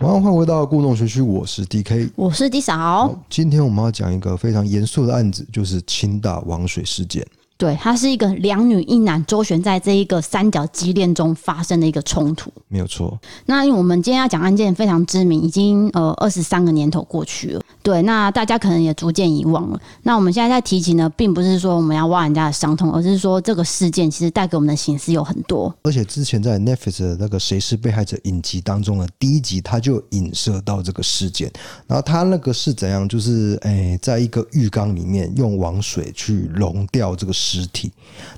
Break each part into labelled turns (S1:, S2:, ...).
S1: 欢迎回到故弄玄虚，我是 DK。
S2: 我是哦 D 嫂，
S1: 好，今天我们要讲一个非常严肃的案子，就是清大王水事件。
S2: 对，它是一个两女一男周旋在这一个三角激恋中发生的一个冲突。
S1: 没有错，
S2: 那因为我们今天要讲案件非常知名，已经呃二十三个年头过去了，对，那大家可能也逐渐遗忘了。那我们现在在提起呢，并不是说我们要挖人家的伤痛，而是说这个事件其实带给我们的形式有很多。
S1: 而且之前在 Netflix 的那个《谁是被害者》影集当中的第一集，他就影射到这个事件。然后他那个是怎样？就是诶、在一个浴缸里面用王水去溶掉这个尸体，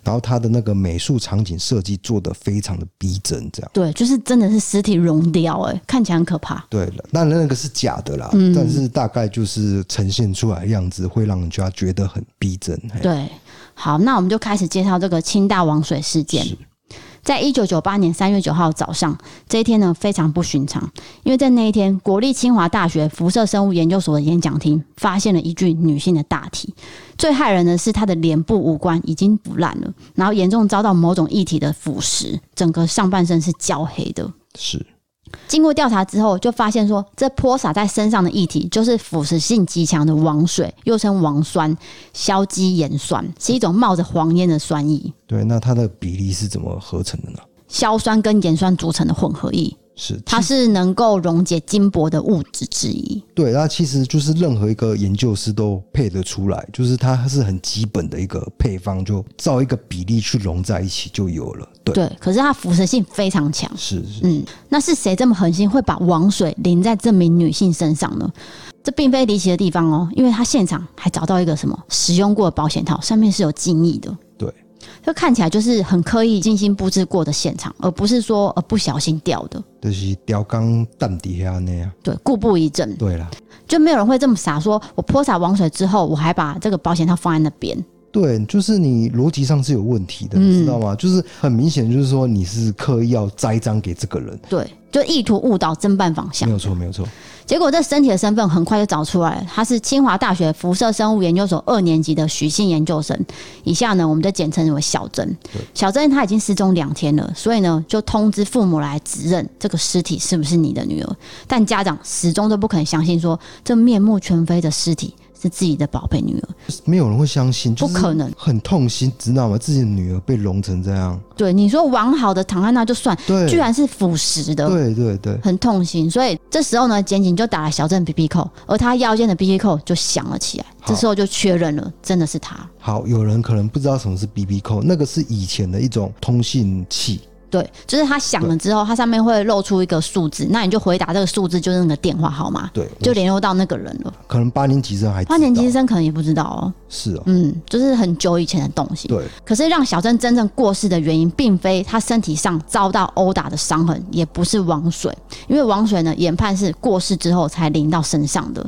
S1: 然后他的那个美术场景设计做得非常的逼真，这样。
S2: 对，就是真的是尸体溶掉、欸，哎，看起来很可怕。
S1: 对了，当然那个是假的啦，但是大概就是呈现出来的样子，会让人家觉得很逼真。嘿
S2: 对，好，那我们就开始介绍这个清大王水事件。在一九九八年三月九号早上，这一天呢非常不寻常，因为在那一天，国立清华大学辐射生物研究所的演讲厅发现了一具女性的大体。最害人的是她的脸部五官已经腐烂了，然后严重遭到某种液体的腐蚀，整个上半身是焦黑的。
S1: 是
S2: 经过调查之后，就发现说，这泼洒在身上的液体就是腐蚀性极强的王水，又称王酸、硝基盐酸，是一种冒着黄烟的酸液，
S1: 对，那它的比例是怎么合成的呢？
S2: 硝酸跟盐酸组成的混合液，
S1: 是
S2: 它是能够溶解金箔的物质之一。
S1: 对，那其实就是任何一个研究师都配得出来，就是它是很基本的一个配方，就照一个比例去溶在一起就有了。对，
S2: 对，可是它腐蚀性非常强。
S1: 是是，
S2: 嗯，那是谁这么狠心会把王水淋在这名女性身上呢？这并非离奇的地方哦，因为他现场还找到一个什么使用过的保险套，上面是有精液的。
S1: 对，
S2: 就看起来就是很刻意、精心布置过的现场，而不是说呃不小心掉的。
S1: 就是雕缸蛋底下那样。
S2: 对，故布疑阵，
S1: 对啦，
S2: 就没有人会这么傻说，我泼洒王水之后，我还把这个保险套放在那边。
S1: 对，就是你逻辑上是有问题的，你知道吗？就是很明显，就是说你是刻意要栽赃给这个人，
S2: 对，就意图误导侦办方向
S1: 没。有错，没有错。
S2: 结果这身体的身份很快就找出来了，他是清华大学辐射生物研究所二年级的许姓研究生，以下呢我们就简称为小珍。小珍她已经失踪两天了，所以呢就通知父母来指认这个尸体是不是你的女儿，但家长始终都不肯相信说这面目全非的尸体。是自己的宝贝女儿，
S1: 没有人会相信，就是
S2: 不可能
S1: 很痛心，知道吗？自己的女儿被弄成这样，
S2: 对你说完好的躺在那就算，
S1: 对，
S2: 居然是腐蚀的，
S1: 对对对，
S2: 很痛心。所以这时候呢，检警就打了小郑 BB 扣，而他腰间的 BB 扣就响了起来。
S1: 好
S2: 这时候就确认了，真的是他。
S1: 好，有人可能不知道什么是 BB 扣，那个是以前的一种通信器，
S2: 对，就是他响了之后，它上面会露出一个数字，那你就回答这个数字就是那个电话号码，
S1: 对，
S2: 就联络到那个人了。
S1: 可能八年级生还知道
S2: 八年级生可能也不知道哦，
S1: 是哦，
S2: 嗯，就是很久以前的东西。
S1: 对，
S2: 可是让小珍真正过世的原因，并非她身体上遭到殴打的伤痕，也不是王水，因为王水呢，研判是过世之后才淋到身上的。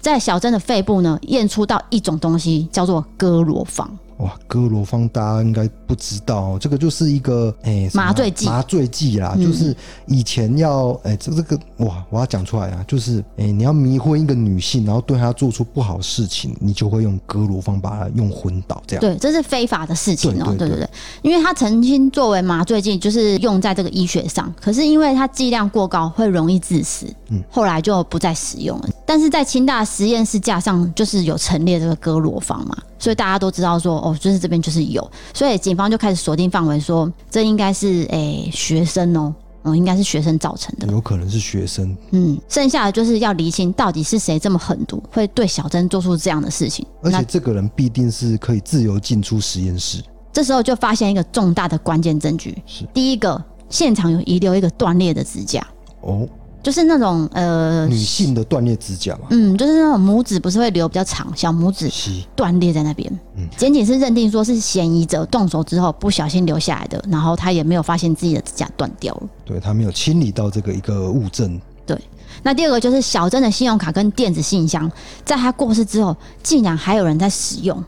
S2: 在小珍的肺部呢，验出到一种东西，叫做哥罗芳。
S1: 哇，哥罗芳大家应该不知道哦、这个就是一个诶、什么啊
S2: 麻醉剂嗯
S1: 麻醉剂啦，就是以前要诶、这这个哇，我要讲出来啊，就是诶、你要迷昏一个女性，然后对她做出不好事情，你就会用哥罗芳把她用昏倒这样。
S2: 对，这是非法的事情哦、
S1: 对对
S2: 对对对，因为它曾经作为麻醉剂，就是用在这个医学上，可是因为它剂量过高，会容易致死，
S1: 嗯
S2: 后来就不再使用了。但是在清大实验室架上，就是有陈列这个哥罗芳嘛，所以大家都知道说，哦，就是这边就是有，所以警方就开始锁定范围，说这应该是诶、学生哦、嗯，应该是学生造成的。
S1: 有可能是学生，
S2: 嗯，剩下的就是要厘清到底是谁这么狠毒，会对小珍做出这样的事情。
S1: 而
S2: 那
S1: 且这个人必定是可以自由进出实验室。
S2: 这时候就发现一个重大的关键证据
S1: 是，
S2: 第一个，现场有遗留一个断裂的指甲，
S1: 哦，
S2: 就是那种呃
S1: 女，性的断裂指甲嘛，
S2: 嗯，就是那种拇指不是会留比较长，小拇指
S1: 是
S2: 断裂在那边
S1: 嗯。
S2: 检警是认定说是嫌疑者动手之后不小心留下来的，然后他也没有发现自己的指甲断掉了。
S1: 对他没有清理到这个一个物证，
S2: 那第二个就是小珍的信用卡跟电子信箱，在她过世之后，竟然还有人在使用。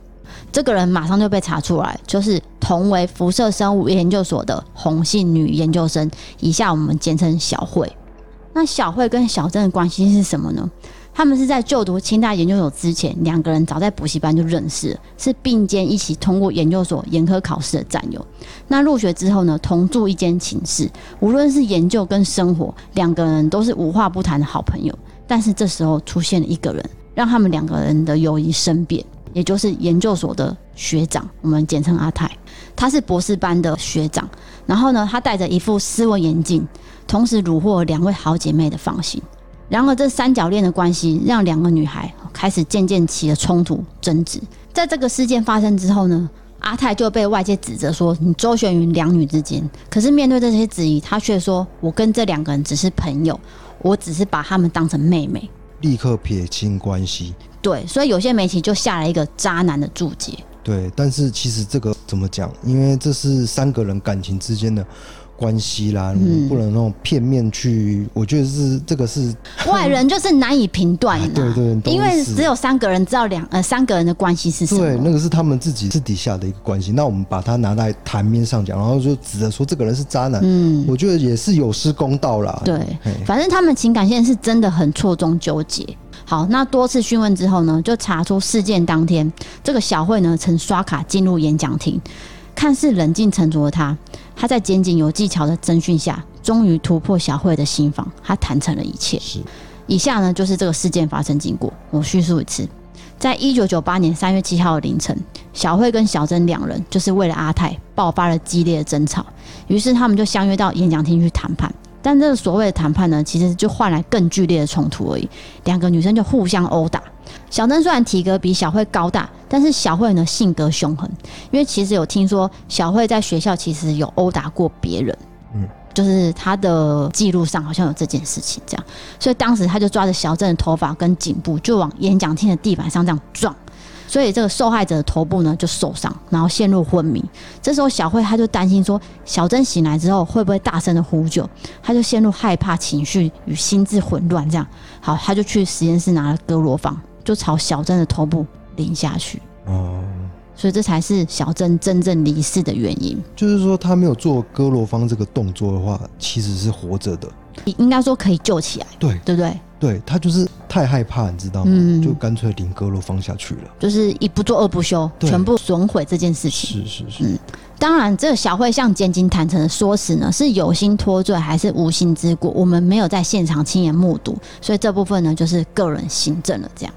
S2: 这个人马上就被查出来，就是同为辐射生物研究所的红姓女研究生，以下我们简称小慧。那小慧跟小珍的关系是什么呢？他们是在就读清大研究所之前，两个人早在补习班就认识了，是并肩一起通过研究所研科考试的战友。那入学之后呢，同住一间寝室，无论是研究跟生活，两个人都是无话不谈的好朋友。但是这时候出现了一个人，让他们两个人的友谊生变，也就是研究所的学长，我们简称阿泰，他是博士班的学长。然后呢，他戴着一副斯文眼镜，同时虏获了两位好姐妹的芳心。然而，这三角恋的关系让两个女孩开始渐渐起了冲突争执。在这个事件发生之后呢，阿泰就被外界指责说你周旋于两女之间。可是面对这些质疑，他却说：“我跟这两个人只是朋友，我只是把他们当成妹妹。
S1: 立刻撇清关系。”
S2: 对，所以有些媒体就下了一个渣男的注 解。
S1: 对，但是其实这个怎么讲？因为这是三个人感情之间的关系啦，
S2: 嗯
S1: 你不能那种片面去。我觉得是这个是
S2: 外人就是难以评断的、
S1: 对对懂
S2: 因为
S1: 意思
S2: 只有三个人知道两呃三个人的关系是什么。
S1: 对，那个是他们自己私底下的一个关系。那我们把它拿在台面上讲，然后就指着说这个人是渣男，
S2: 嗯，
S1: 我觉得也是有失公道啦。
S2: 对，
S1: 嘿，
S2: 反正他们情感线是真的很错综纠结。好，那多次讯问之后呢，就查出事件当天，这个小慧呢曾刷卡进入演讲厅，看似冷静沉着的她，她在检警有技巧的侦讯下，终于突破小慧的心防，她坦诚了一切。
S1: 是
S2: 以下呢就是这个事件发生经过，我叙述一次。在一九九八年三月七号的凌晨，小慧跟小珍两人就是为了阿泰爆发了激烈的争吵，于是他们就相约到演讲厅去谈判。但这个所谓的谈判呢，其实就换来更剧烈的冲突而已。两个女生就互相殴打。小珍虽然体格比小慧高大，但是小慧呢性格凶狠，因为其实有听说小慧在学校其实有殴打过别人，嗯
S1: 嗯，
S2: 就是她的记录上好像有这件事情这样。所以当时他就抓着小郑的头发跟颈部，就往演讲厅的地板上这样撞。所以这个受害者的头部呢就受伤，然后陷入昏迷。这时候小慧她就担心说，小郑醒来之后会不会大声的呼救？她就陷入害怕情绪与心智混乱，这样好，她就去实验室拿了哥罗芳，就朝小郑的头部淋下去。
S1: 哦、
S2: 所以这才是小郑真正离世的原因。
S1: 就是说他没有做割罗芳这个动作的话，其实是活着的。
S2: 应该说可以救起来，
S1: 对，
S2: 对不对？
S1: 对他就是太害怕，你知道吗？
S2: 嗯
S1: 就干脆淋割罗芳下去了。
S2: 就是一不做二不休，
S1: 对
S2: 全部损毁这件事情。
S1: 是是是，
S2: 当然，这个小慧向检警坦诚的说辞呢，是有心脱罪还是无心之过，我们没有在现场亲眼目睹，所以这部分呢就是个人行政了。这样，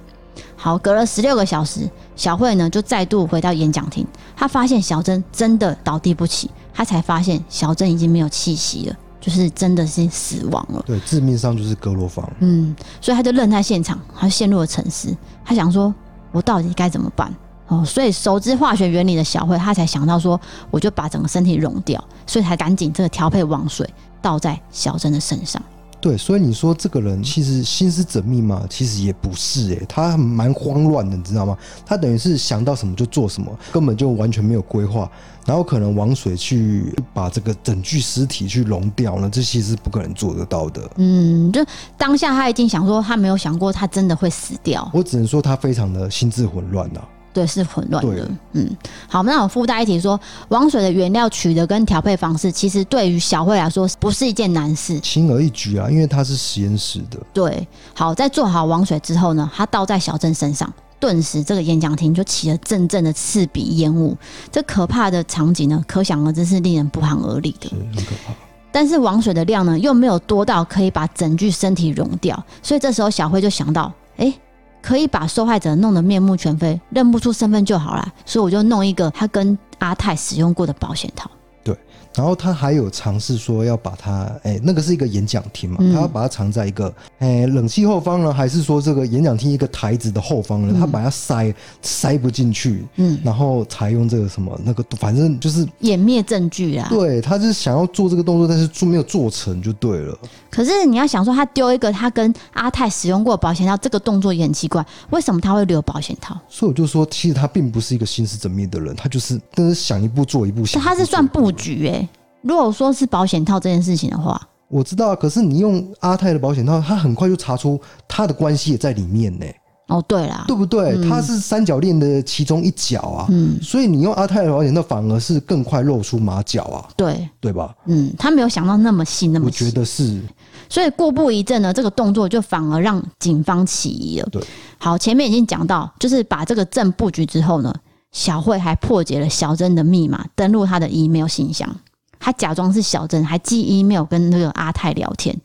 S2: 好，隔了十六个小时，小慧呢就再度回到演讲厅，她发现小珍真的倒地不起，她才发现小珍已经没有气息了，就是真的是死亡了。
S1: 对，致命伤就是割罗芳。
S2: 嗯，所以他就愣在现场，他陷入了沉思。他想说，我到底该怎么办？哦，所以熟知化学原理的小慧，她才想到说，我就把整个身体溶掉，所以才赶紧这个调配王水倒在小珍的身上。
S1: 对，所以你说这个人其实心思缜密嘛，其实也不是诶、欸他蛮慌乱的，你知道吗？他等于是想到什么就做什么，根本就完全没有规划，然后可能王水去把这个整具尸体去溶掉呢，这其实是不可能做得到的。
S2: 嗯，就当下他一定想说，他没有想过他真的会死掉，
S1: 我只能说他非常的心智混乱啊呐、
S2: 对，是混乱
S1: 对
S2: 的。嗯，好，那我附带一提说，王水的原料取得跟调配方式，其实对于小慧来说不是一件难事，
S1: 轻而易举啊，因为他是实验室的，
S2: 对，好，在做好王水之后呢，他倒在小郑身上，顿时这个演讲厅就起了阵阵的刺鼻烟雾。这可怕的场景呢，可想而知是令人不寒而栗的
S1: 对。很可怕。
S2: 但是王水的量呢，又没有多到可以把整具身体溶掉，所以这时候小慧就想到，哎、可以把受害者弄得面目全非，认不出身份就好了。所以我就弄一个他跟阿泰使用过的保险套。
S1: 然后他还有尝试说要把它，哎、那个是一个演讲厅嘛，
S2: 嗯
S1: 他要把它藏在一个，哎、冷气后方呢，还是说这个演讲厅一个台子的后方呢？他把它塞塞不进去，
S2: 嗯，
S1: 然后才用这个什么那个，反正就是
S2: 湮灭证据啦。
S1: 对，他是想要做这个动作，但是做没有做成就对了。
S2: 可是你要想说，他丢一个他跟阿泰使用过的保险套，这个动作也很奇怪，为什么他会留保险套？
S1: 所以我就说，其实他并不是一个心思缜密的人，他就是但是想一步做一步，想一步
S2: 他是
S1: 做
S2: 算布局诶、如果说是保险套这件事情的话，
S1: 我知道啊，可是你用阿泰的保险套，他很快就查出他的关系也在里面呢、
S2: 哦，对啦，
S1: 对不对？它是三角恋的其中一角啊，所以你用阿泰的保险，那反而是更快露出马脚啊，
S2: 对，
S1: 对吧？
S2: 嗯，他没有想到那么细，那
S1: 我
S2: 么
S1: 觉
S2: 细，
S1: 得是
S2: 所以过步一阵呢，这个动作就反而让警方起疑了。
S1: 对，
S2: 好，前面已经讲到，就是把这个阵布局之后呢，小慧还破解了小珍的密码，登录她的 email 信箱，她假装是小珍，还寄 email 跟那个阿泰聊天。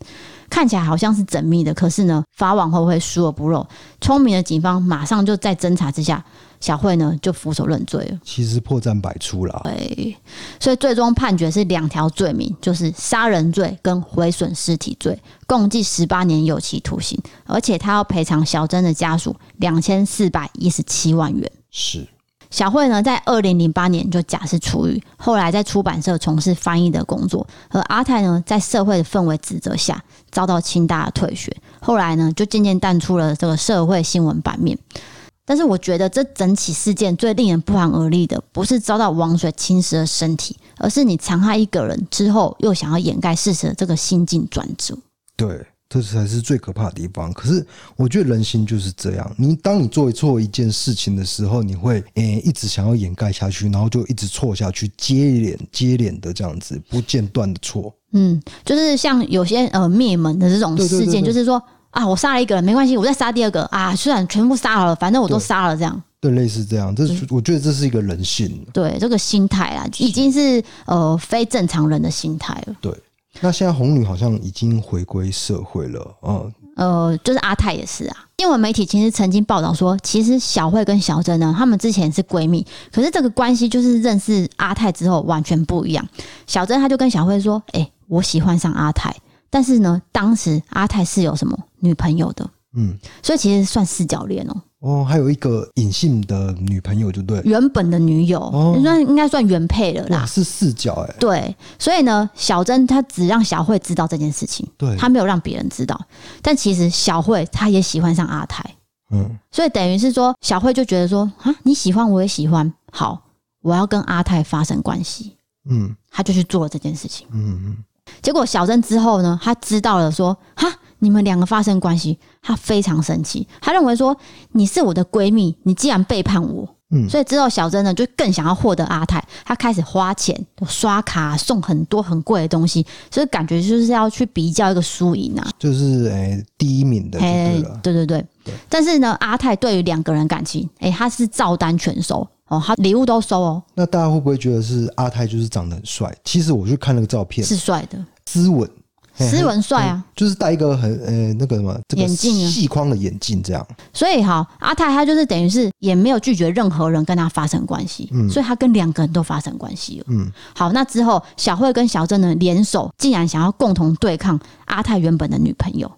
S2: 看起来好像是缜密的，可是呢，法网恢恢，疏而不漏。聪明的警方马上就在侦查之下，小慧呢就俯首认罪了。
S1: 其实破绽百出啦。
S2: 对，所以最终判决是两条罪名，就是杀人罪跟毁损尸体罪，共计十八年有期徒刑，而且他要赔偿小珍的家属两千四百一十七万元。
S1: 是
S2: 小慧呢，在二零零八年就假释出狱，后来在出版社从事翻译的工作。而阿泰呢，在社会的氛围指责下，遭到清大的退学，后来呢，就渐渐淡出了这个社会新闻版面。但是我觉得这整起事件最令人不寒而栗的，不是遭到王水侵蚀的身体，而是你残害一个人之后，又想要掩盖事实的这个心境转折。
S1: 对，这才是最可怕的地方。可是我觉得人心就是这样，你当你做错一件事情的时候，你会诶、一直想要掩盖下去，然后就一直错下去，接连接连的这样子不间断的错。
S2: 嗯，就是像有些呃灭门的这种
S1: 对对
S2: 事件，
S1: 对对
S2: 就是说啊，我杀了一个人没关系，我再杀第二个啊，虽然全部杀好了，反正我都
S1: 对
S2: 杀了这样。
S1: 对，类似这样，这是我觉得这是一个人性。
S2: 对，这个心态啊，已经是呃非正常人的心态了。
S1: 对，那现在红女好像已经回归社会了，嗯，
S2: 呃，就是阿泰也是啊。新闻媒体其实曾经报道说，其实小慧跟小珍呢，她们之前是闺蜜，可是这个关系就是认识阿泰之后完全不一样。小珍她就跟小慧说：“哎、我喜欢上阿泰。”但是呢，当时阿泰是有什么女朋友的，
S1: 嗯，
S2: 所以其实算四角恋哦、
S1: 哦，还有一个隐性的女朋友，就对，
S2: 原本的女友，
S1: 哦
S2: 算应该算原配了
S1: 哇，
S2: 啦。
S1: 是视角哎、
S2: 对，所以呢，小珍她只让小慧知道这件事情，
S1: 对，
S2: 她没有让别人知道。但其实小慧她也喜欢上阿泰，
S1: 嗯，
S2: 所以等于是说，小慧就觉得说啊，你喜欢我也喜欢，好，我要跟阿泰发生关系，
S1: 嗯
S2: 她就去做了这件事情。
S1: 嗯嗯，
S2: 结果小珍之后呢，她知道了说哈，你们两个发生关系，她非常生气，她认为说你是我的闺蜜，你既然背叛我。
S1: 嗯
S2: 所以之后小珍呢就更想要获得阿泰，她开始花钱刷卡送很多很贵的东西，所以感觉就是要去比较一个输赢啊。
S1: 就是哎、第一名的就对了，
S2: 对对对。但是呢，阿泰对于两个人感情，哎、他是照单全收哦，他礼物都收哦，
S1: 那大家会不会觉得是阿泰就是长得很帅？其实我去看那个照片，
S2: 是帅的，
S1: 斯文，嘿嗯
S2: 斯文帅啊。
S1: 就是戴一个很呃那个什么这个
S2: 眼镜啊
S1: 细框的眼镜这样，
S2: 所以哈，阿泰他就是等于是也没有拒绝任何人跟他发生关系，所以他跟两个人都发生关系了。
S1: 嗯，
S2: 好，那之后小慧跟小郑呢联手，竟然想要共同对抗阿泰原本的女朋友，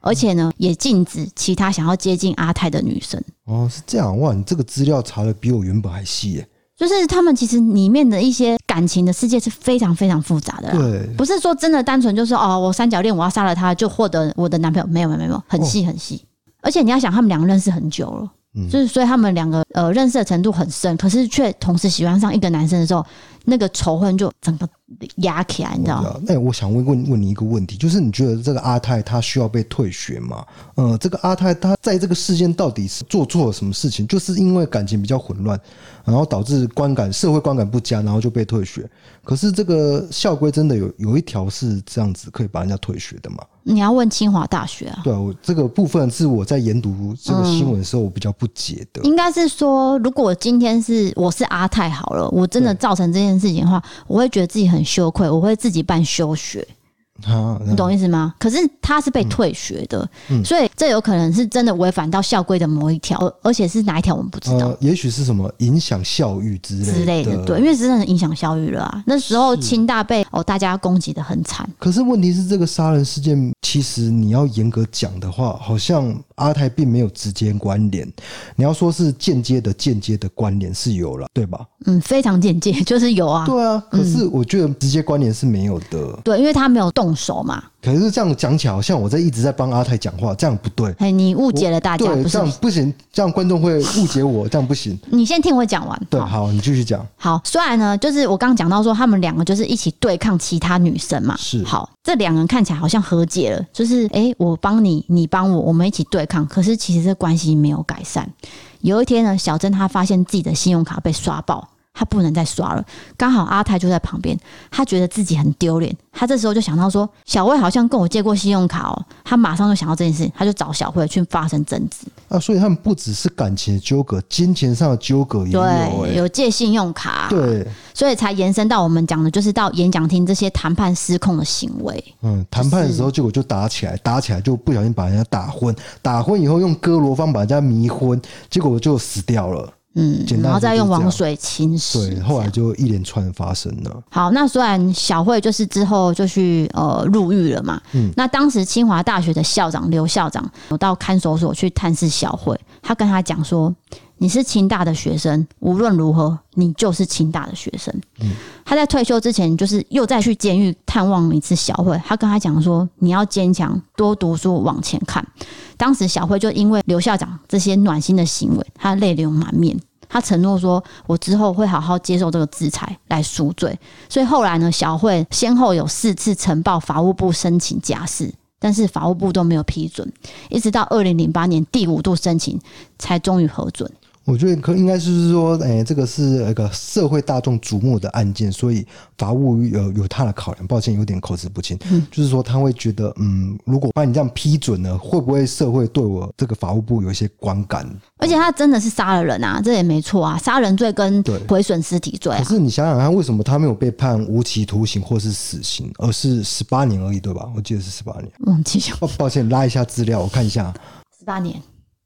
S2: 而且呢也禁止其他想要接近阿泰的女生。
S1: 哦，是这样哇！你这个资料查的比我原本还细欸耶、
S2: 就是他们其实里面的一些感情的世界是非常非常复杂的啦。
S1: 对，
S2: 不是说真的单纯就是哦，我三角恋我要杀了他就获得我的男朋友，没有没有没有，很细很细。而且你要想，他们两个认识很久了，
S1: 嗯
S2: 就是所以他们两个呃认识的程度很深，可是却同时喜欢上一个男生的时候，那个仇恨就整个压起来，你知道吗？
S1: 啊那我想问问问你一个问题，就是你觉得这个阿泰他需要被退学吗？呃，这个阿泰他在这个事件到底是做错了什么事情？就是因为感情比较混乱，然后导致观感社会观感不佳，然后就被退学。可是这个校规真的有有一条是这样子可以把人家退学的吗？
S2: 你要问清华大学啊，
S1: 对啊，我这个部分是我在研读这个
S2: 嗯
S1: 新闻的时候我比较不解的。
S2: 应该是说，如果今天是我是阿泰好了，我真的造成这件事情的话，我会觉得自己很羞愧，我会自己办休学。
S1: 啊，
S2: 你懂意思吗？可是他是被退学的，所以这有可能是真的违反到校规的某一条，而而且是哪一条我们不知道。
S1: 呃，也许是什么影响校育之类
S2: 哦之类的，对，因为真的影响教育了啊。那时候清大被哦大家攻击的很惨，
S1: 可是问题是，这个杀人事件其实你要严格讲的话，好像阿泰并没有直接关联。你要说是间接的，间接的关联是有了，对吧？
S2: 嗯，非常简 介，就是有啊，
S1: 对啊，可是我觉得直接关联是没有的。
S2: 对，因为他没有动手嘛，
S1: 可是这样讲起来，好像我在一直在帮阿泰讲话，这样不对。
S2: 哎，你误解了大家，
S1: 对，
S2: 不
S1: 这
S2: 是
S1: 样？不行，这样观众会误解我，这样不行。
S2: 你先听我讲完。
S1: 对，
S2: 好
S1: 好，你继续讲。
S2: 好，虽然呢，就是我刚刚讲到说，他们两个就是一起对抗其他女生嘛。
S1: 是
S2: 好，这两个人看起来好像和解了，就是哎、诶我帮你，你帮我，我们一起对抗。可是其实这关系没有改善。有一天呢，小珍她发现自己的信用卡被刷爆，她不能再刷了。刚好阿泰就在旁边，她觉得自己很丢脸。她这时候就想到说，小慧好像跟我借过信用卡哦，她马上就想到这件事，她就找小慧去发生争执。
S1: 啊，所以他们不只是感情的纠葛，金钱上的纠葛也有、
S2: 对，
S1: 欸。
S2: 有借信用卡。
S1: 对，
S2: 所以才延伸到我们讲的，就是到演讲厅这些谈判失控的行为。
S1: 嗯，谈判的时候结果就打起来，打起来就不小心把人家打昏，打昏以后用哥罗芳把人家迷昏，结果就死掉了。
S2: 嗯
S1: 简，单
S2: 然后再用
S1: 就是这样
S2: 王水侵蚀。
S1: 对，后
S2: 这
S1: 来
S2: 样
S1: 就一连串发生了。
S2: 好，那虽然小慧就是之后就去呃入狱了嘛，
S1: 嗯
S2: 那当时清华大学的校长刘校长有到看守所去探视小慧，他跟他讲说：“你是清大的学生，无论如何你就是清大的学生。他在退休之前，就是又再去监狱探望一次小慧，他跟他讲说：“你要坚强，多读书，往前看。”当时小慧就因为刘校长这些暖心的行为，她泪流满面。她承诺说：“我之后会好好接受这个制裁来赎罪。”所以后来呢，小慧先后有四次呈报法务部申请假释，但是法务部都没有批准，一直到二零零八年第五度申请才终于核准。
S1: 我觉得可应该是说，哎、这个是一个社会大众瞩目的案件，所以法务有有他的考量。抱歉，有点口齿不清，就是说他会觉得，嗯，如果把你这样批准了，会不会社会对我这个法务部有一些观感？
S2: 而且他真的是杀了人啊，这也没错啊，杀人罪跟
S1: 对
S2: 毁损尸体罪
S1: 可
S2: 啊，
S1: 是你想想看，为什么他没有被判无期徒刑或是死刑，而是十八年而已，对吧？我记得是十八年。
S2: 忘记想
S1: 哦，抱歉，拉一下资料，我看一下，
S2: 十八年，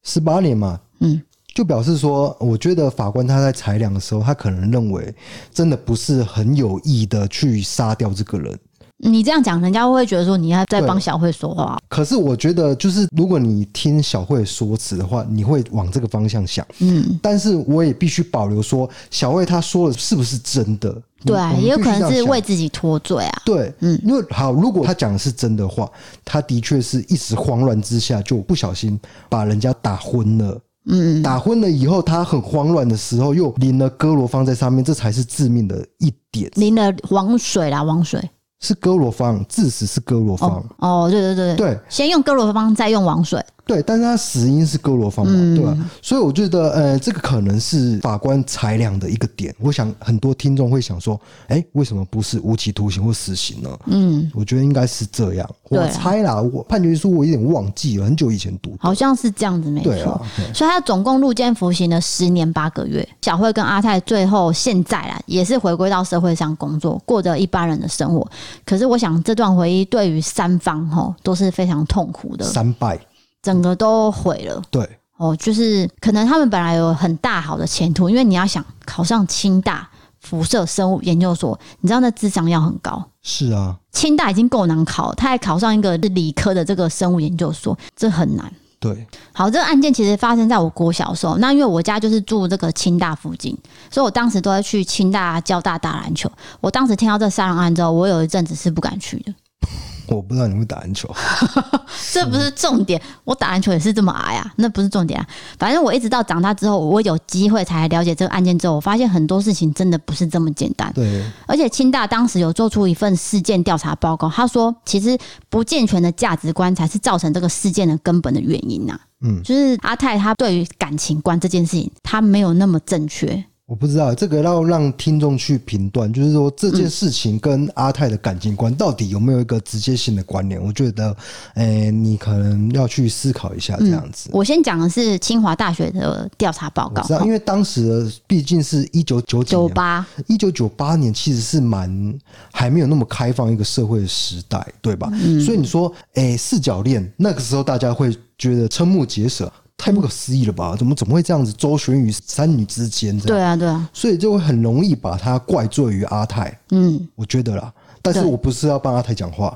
S1: 十八年嘛，
S2: 嗯，
S1: 就表示说，我觉得法官他在裁量的时候，他可能认为真的不是很有意的去杀掉这个人。
S2: 你这样讲，人家会觉得说你还在
S1: 对
S2: 帮小慧说话啊、
S1: 可是我觉得，就是如果你听小慧说辞的话，你会往这个方向想。
S2: 嗯，
S1: 但是我也必须保留说，小慧她说的是不是真的？
S2: 对啊，
S1: 我们
S2: 也有
S1: 必
S2: 可
S1: 须
S2: 能
S1: 这
S2: 是
S1: 样想
S2: 为自己脱罪啊。
S1: 对，嗯，因为好，如果他讲的是真的话，他的确是一时慌乱之下就不小心把人家打昏了。嗯，打昏了以后，他很慌乱的时候又淋了哥罗芳在上面，这才是致命的一点。
S2: 淋了王水啦，王水
S1: 是哥罗芳，致死是哥罗芳，
S2: 哦哦，对对对，
S1: 对
S2: 先用哥罗芳，再用王水，
S1: 对，但是他死因是哥罗芳嘛，对吧、所以我觉得，呃，这个可能是法官裁量的一个点。我想很多听众会想说，哎、为什么不是无期徒刑或死刑呢？
S2: 嗯，
S1: 我觉得应该是这样，我
S2: 对啊
S1: 猜啦，我判决书我有点忘记了，很久以前读的。
S2: 好像是这样子，没
S1: 对
S2: 错。
S1: 啊，对
S2: 所以他总共入监服刑了十年八个月。小慧跟阿泰最后现在啦，也是回归到社会上工作，过着一般人的生活。可是我想这段回忆对于三方吼都是非常痛苦的，
S1: 三败，
S2: 整个都毁了。
S1: 对，
S2: 哦，就是可能他们本来有很大好的前途，因为你要想考上清大辐射生物研究所，你知道那智商要很高。
S1: 是啊，
S2: 清大已经够难考，他还考上一个是理科的这个生物研究所，这很难。
S1: 对，
S2: 好，这个案件其实发生在我国小的时候。那因为我家就是住这个清大附近，所以我当时都会去清大、交大打篮球。我当时听到这杀人案之后，我有一阵子是不敢去的。
S1: 我不知道你会打篮 球，
S2: 这不是重点，我打篮球也是这么矮啊，那不是重点啊。反正我一直到长大之后，我有机会才了解这个案件之后，我发现很多事情真的不是这么简单。
S1: 对，
S2: 而且清大当时有做出一份事件调查报告，他说其实不健全的价值观才是造成这个事件的根本的原因呐、
S1: 嗯
S2: 就是阿泰他对于感情观这件事情，他没有那么正确。
S1: 我不知道这个要让听众去评断，就是说这件事情跟阿泰的感情观到底有没有一个直接性的关联？我觉得，诶、你可能要去思考一下
S2: 嗯
S1: 这样子。
S2: 我先讲的是清华大学的调查报
S1: 我
S2: 告
S1: 知，道，因为当时的毕竟是一九九几
S2: 酒
S1: 年，
S2: 吧，
S1: 一九九八年其实是蛮还没有那么开放一个社会时代，对吧？
S2: 嗯
S1: 所以你说，哎、四角恋那个时候大家会觉得瞠目结舌，太不可思议了吧？怎么怎么会这样子周旋于三女之间这样？
S2: 对啊，对啊，
S1: 所以就会很容易把它怪罪于阿泰，
S2: 嗯，
S1: 我觉得啦。但是
S2: 对
S1: 我不是要帮阿泰讲 话，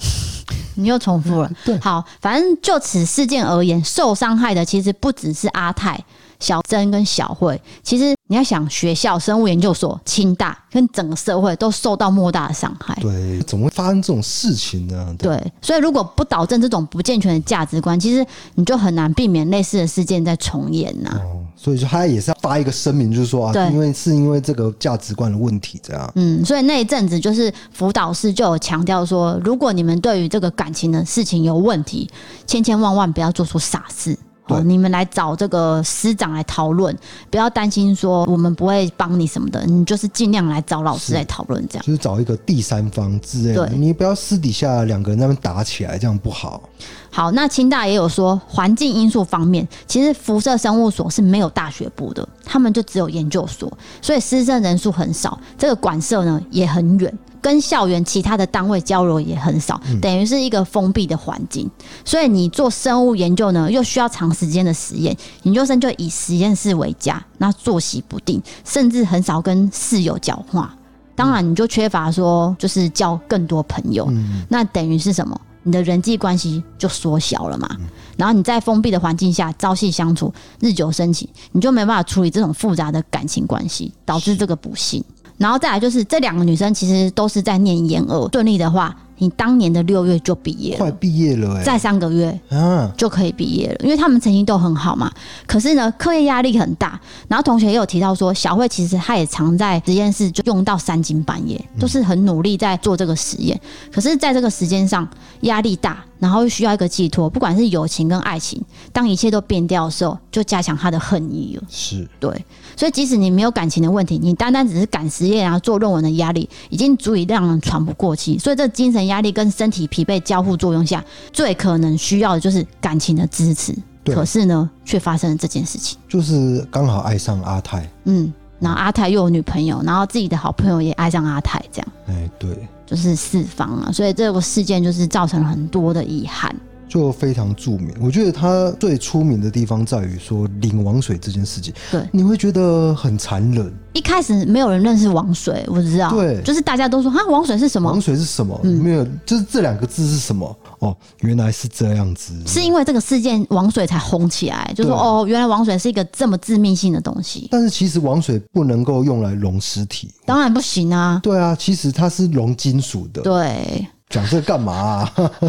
S2: 你又重复了。
S1: 对
S2: 好，反正就此事件而言，受伤害的其实不只是阿泰，小珍跟小慧，其实你要想，学校、生物研究所、清大跟整个社会都受到莫大的伤害。
S1: 对，怎么会发生这种事情呢？
S2: 对，所以如果不导正这种不健全的价值观，其实你就很难避免类似的事件再重演呐、
S1: 哦，所以说他也是要发一个声明，就是说
S2: 对
S1: 啊，因为是因为这个价值观的问题，这样。
S2: 嗯，所以那一阵子就是辅导室就有强调说，如果你们对于这个感情的事情有问题，千千万万不要做出傻事。哦，
S1: 对
S2: 你们来找这个师长来讨论，不要担心说我们不会帮你什么的，你就是尽量来找老师
S1: 是
S2: 来讨论这样。
S1: 就是找一个第三方之类的，
S2: 对
S1: 你不要私底下两个人在那边打起来，这样不好。
S2: 好，那清大也有说，环境因素方面，其实辐射生物所是没有大学部的，他们就只有研究所，所以师生人数很少，这个馆舍呢也很远，跟校园其他的单位交流也很少，等于是一个封闭的环境。所以你做生物研究呢，又需要长时间的实验，研究生就以实验室为家，那作息不定，甚至很少跟室友讲话。当然，你就缺乏说就是交更多朋友，那等于是什么？你的人际关系就缩小了嘛。然后你在封闭的环境下朝夕相处，日久生情，你就没办法处理这种复杂的感情关系，导致这个不幸。然后再来就是这两个女生其实都是在念研二，顺利的话，你当年的六月就毕业了
S1: 快，毕业了、欸，
S2: 再三个月
S1: 哎，啊，
S2: 就可以毕业了，因为他们成绩都很好嘛。可是呢，课业压力很大。然后同学也有提到说，小慧其实她也常在实验室就用到三更半夜，都是很努力在做这个实验。可是，在这个时间上压力大，然后又需要一个寄托，不管是友情跟爱情，当一切都变掉的时候，就加强她的恨意了。
S1: 是
S2: 对，所以即使你没有感情的问题，你单单只是赶实验啊、做论文的压力，已经足以让人喘不过气。所以这精神压力跟身体疲惫交互作用下，最可能需要的就是感情的支持。
S1: 对
S2: 可是呢，却发生了这件事情。
S1: 就是刚好爱上阿泰，
S2: 嗯，然后阿泰又有女朋友，然后自己的好朋友也爱上阿泰，这样
S1: 哎、对，
S2: 就是四方啊。所以这个事件就是造成了很多的遗憾。
S1: 就非常著名。我觉得他最出名的地方在于说领王水这件事情，
S2: 对
S1: 你会觉得很残忍，
S2: 一开始没有人认识王水，我知道，
S1: 对
S2: 就是大家都说啊，王水是什么嗯
S1: 王？水是什么？没有，就是这两个字是什么？哦，原来是这样子，
S2: 是因为这个事件，王水才红起来，就说
S1: 对
S2: 哦，原来王水是一个这么致命性的东西，
S1: 但是其实王水不能够用来溶尸体。
S2: 当然不行啊。
S1: 对啊，其实它是溶金属的。
S2: 对，
S1: 讲这干嘛、啊？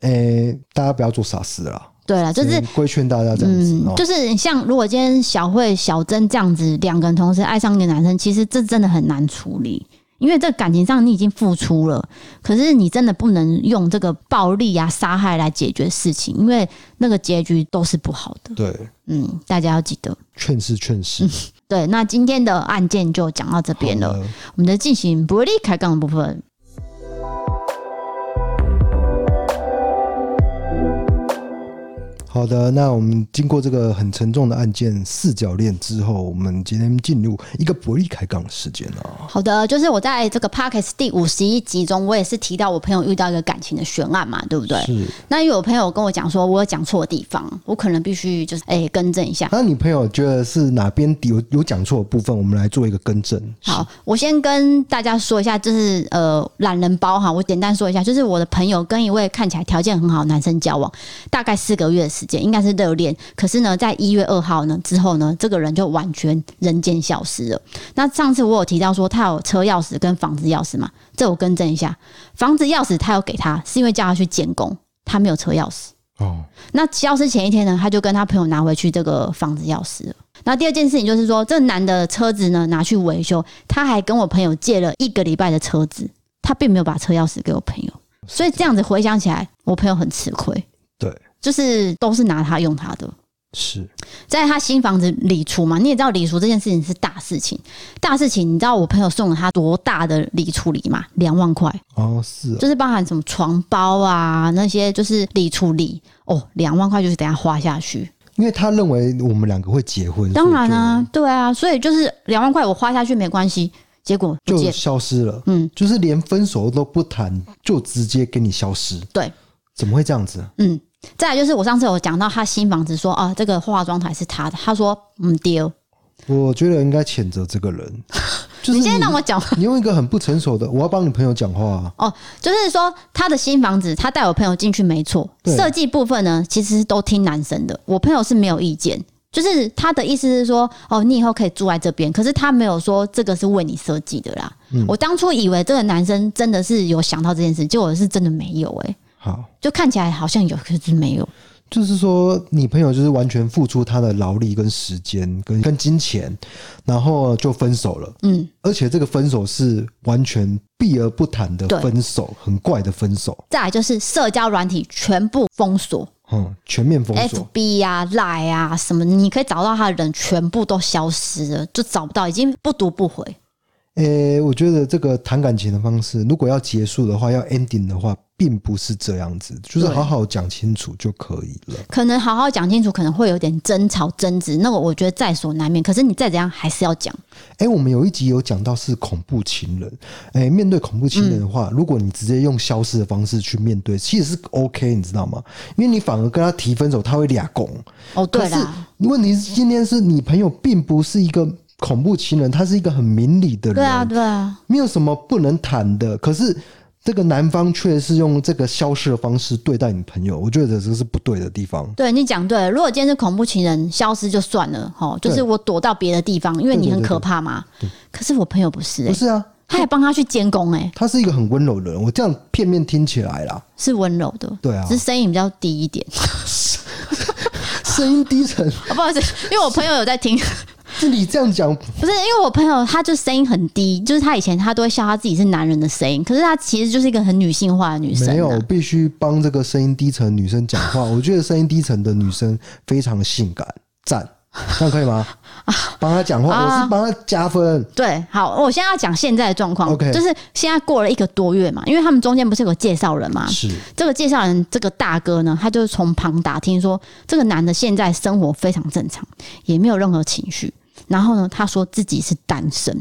S1: 诶、大家不要做傻事啦。
S2: 对了，就是
S1: 只能规劝大家这样子、
S2: 嗯
S1: 哦，。
S2: 就是像如果今天小慧、小珍这样子两个人同时爱上一个男生，其实这真的很难处理。因为这感情上你已经付出了，可是你真的不能用这个暴力啊、杀害来解决事情，因为那个结局都是不好的。
S1: 对，
S2: 嗯，大家要记得。
S1: 劝是劝
S2: 嗯
S1: 是。
S2: 对，那今天的案件就讲到这边了
S1: 好。了
S2: 我们的进行不利开杠的部分。
S1: 好的，那我们经过这个很沉重的案件四角恋之后，我们今天进入一个伯利开杠的时间啊。
S2: 好的，就是我在这个 podcast 第五十一集中，我也是提到我朋友遇到一个感情的悬案嘛，对不对？
S1: 是，
S2: 那有朋友跟我讲说，我有讲错地方，我可能必须就是哎、更正一下。
S1: 那你朋友觉得是哪边有有讲错的部分？我们来做一个更正。
S2: 好，我先跟大家说一下，就是呃懒人包哈，我简单说一下，就是我的朋友跟一位看起来条件很好的男生交往，大概四个月的时间，应该是热恋。可是呢，在一月二号呢之后呢，这个人就完全人间消失了。那上次我有提到说他有车钥匙跟房子钥匙嘛，这我更正一下，房子钥匙他有给他，是因为叫他去监工，他没有车钥匙。
S1: 哦，
S2: 那消失前一天呢，他就跟他朋友拿回去这个房子钥匙了。那第二件事情就是说，这男的车子呢拿去维修，他还跟我朋友借了一个礼拜的车子，他并没有把车钥匙给我朋友。所以这样子回想起来，我朋友很吃亏，
S1: 对，
S2: 就是都是拿他用他的。
S1: 是
S2: 在他新房子理除嘛，你也知道理除这件事情是大事情，大事情。你知道我朋友送了他多大的理处理嘛？两万块。
S1: 哦，是哦
S2: 就是包含什么床包啊那些，就是理处理哦，两万块就是等下花下去。
S1: 因为他认为我们两个会结婚，
S2: 当然
S1: 啊，
S2: 啊，对啊，所以就是两万块我花下去没关系，结果不
S1: 就
S2: 见，
S1: 消失了。
S2: 嗯
S1: 就是连分手都不谈，就直接给你消失。
S2: 对，
S1: 怎么会这样子？
S2: 嗯。再来就是我上次有讲到他新房子说啊，这个化妆台是他的，他说嗯丢，
S1: 我觉得应该谴责这个 人。就是
S2: 你现在让我讲。
S1: 你用一个很不成熟的，我要帮你朋友讲话、啊。
S2: 哦，就是说他的新房子，他带我朋友进去没错，
S1: 对
S2: 设计部分呢其实都听男生的，我朋友是没有意见，就是他的意思是说，哦，你以后可以住在这边，可是他没有说这个是为你设计的啦。
S1: 嗯
S2: 我当初以为这个男生真的是有想到这件事，结果是真的没有、欸，哎，
S1: 好，
S2: 就看起来好像有，可是没有。
S1: 就是说，你朋友就是完全付出他的劳力、跟时间、跟跟金钱，然后就分手了。
S2: 嗯，
S1: 而且这个分手是完全避而不谈的
S2: 对
S1: 分手，很怪的分手，
S2: 再来就是社交软体全部封锁
S1: 嗯，全面封锁。
S2: ，FB 啊、Line 啊什么，你可以找到他的人全部都消失了，就找不到，已经不读不回。
S1: 诶、我觉得这个谈感情的方式，如果要结束的话，要 ending 的话，并不是这样子，就是
S2: 对
S1: 好好讲清楚就可以了。
S2: 可能好好讲清楚，可能会有点争吵争执，那个我觉得在所难免。可是你再怎样还是要讲，
S1: 哎、我们有一集有讲到是恐怖情人。哎、面对恐怖情人的
S2: 嗯
S1: 话，如果你直接用消失的方式去面对，其实是 OK，你知道吗？因为你反而跟他提分手，他会俩拱。
S2: 哦，对
S1: 可是
S2: 啦，
S1: 问题是，今天是你朋友并不是一个恐怖情人，他是一个很明理的人，
S2: 对啊，对啊，
S1: 没有什么不能谈的。可是。这个男方却是用这个消失的方式对待你朋友，我觉得这是不对的地方。
S2: 对你讲对了。如果今天是恐怖情人消失就算了，哦，就是
S1: 对
S2: 我躲到别的地方，因为你很可怕嘛。可是我朋友不是、
S1: 不
S2: 欸，
S1: 是啊，
S2: 他还帮他去监工、欸，
S1: 他是一个很温柔的人，我这样片面听起来啦，
S2: 是温柔的，
S1: 对啊
S2: 只是声音比较低一点。
S1: 声音低沉，
S2: 哦，不好意思，因为我朋友有在听，
S1: 是你这样讲
S2: 不是因为我朋友他就声音很低，就是他以前他都会笑他自己是男人的声音，可是他其实就是一个很女性化的女生、啊。
S1: 没有，我必须帮这个声音低沉的女生讲话。我觉得声音低沉的女生非常性感，赞，这样可以吗？帮她讲话，我是帮她加分。
S2: 对，好，我现在要讲现在的状况
S1: OK
S2: 就是现在过了一个多月嘛，因为他们中间不是有个介绍人嘛，
S1: 是
S2: 这个介绍人这个大哥呢，他就是从旁打听说，这个男的现在生活非常正常，也没有任何情绪。然后呢，他说自己是单身，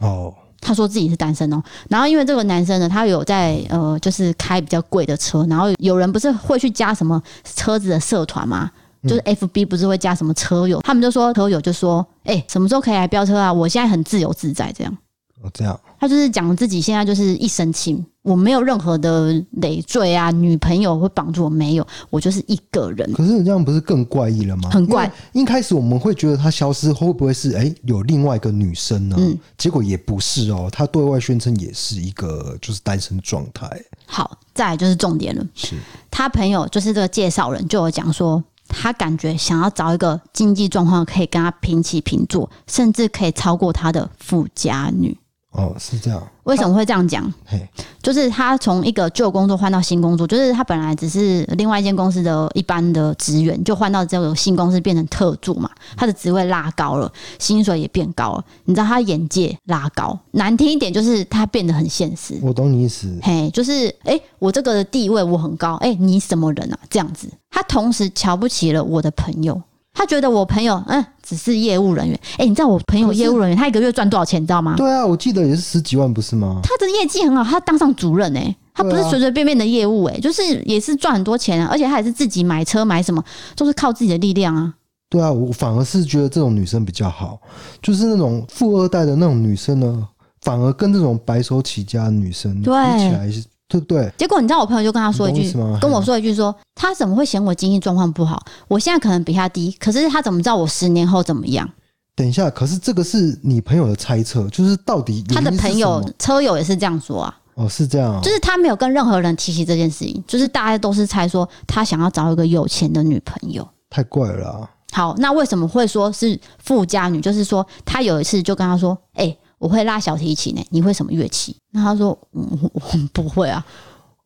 S1: 哦，
S2: 他说自己是单身哦。然后因为这个男生呢，他有在呃，就是开比较贵的车，然后有人不是会去加什么车子的社团吗？就是 F B 不是会加什么车友，他们就说车友就说，哎、什么时候可以来飙车啊？我现在很自由自在这样。
S1: 哦这样
S2: 他就是讲自己现在就是一身轻，我没有任何的累赘啊，女朋友会绑住我没有，我就是一个人。
S1: 可是你这样不是更怪异了吗？
S2: 很怪。
S1: 一开始我们会觉得她消失会不会是哎、有另外一个女生呢？
S2: 嗯
S1: 结果也不是哦，她对外宣称也是一个就是单身状态。
S2: 好，再来就是重点了，
S1: 是
S2: 他朋友就是这个介绍人就有讲说，他感觉想要找一个经济状况可以跟他平起平坐，甚至可以超过他的富家女。
S1: 哦，是这样。
S2: 为什么会这样讲？
S1: 嘿，
S2: 就是他从一个旧工作换到新工作，就是他本来只是另外一间公司的一般的职员，就换到这个新公司变成特助嘛，他的职位拉高了，薪水也变高了，你知道他眼界拉高，难听一点就是他变得很现实。
S1: 我懂你意思。
S2: 嘿，就是哎、诶我这个地位我很高，哎、你什么人啊？这样子，他同时瞧不起了我的朋友，他觉得我朋友嗯只是业务人员，哎、你知道我朋友
S1: 可是
S2: 业务人员他一个月赚多少钱，你知道吗？
S1: 对啊，我记得也是十几万，不是吗？
S2: 他的业绩很好，他当上主任哎、他不是
S1: 对啊
S2: 随随便便的业务哎、就是也是赚很多钱啊，而且他也是自己买车买什么，都是靠自己的力量啊。
S1: 对啊，我反而是觉得这种女生比较好，就是那种富二代的那种女生呢，反而跟这种白手起家的女生比起
S2: 对
S1: 来是，对不对？
S2: 结果你知道我朋友就跟他说一
S1: 你懂
S2: 句
S1: 我意思吗，
S2: 跟我说一句说，他怎么会嫌我经济状况不好？我现在可能比他低，可是他怎么知道我十年后怎么样？
S1: 等一下，可是这个是你朋友的猜测，就是到底
S2: 他的
S1: 原因是
S2: 朋
S1: 什
S2: 友
S1: 么
S2: 车友也是这样说啊，
S1: 哦，是这样、啊，
S2: 就是他没有跟任何人提起这件事情，就是大家都是猜说他想要找一个有钱的女朋友。
S1: 太怪了啊、
S2: 好，那为什么会说是富家女？就是说，她有一次就跟他说：“哎、我会拉小提琴呢、欸你会什么乐器？”那他说：“嗯我我不会啊，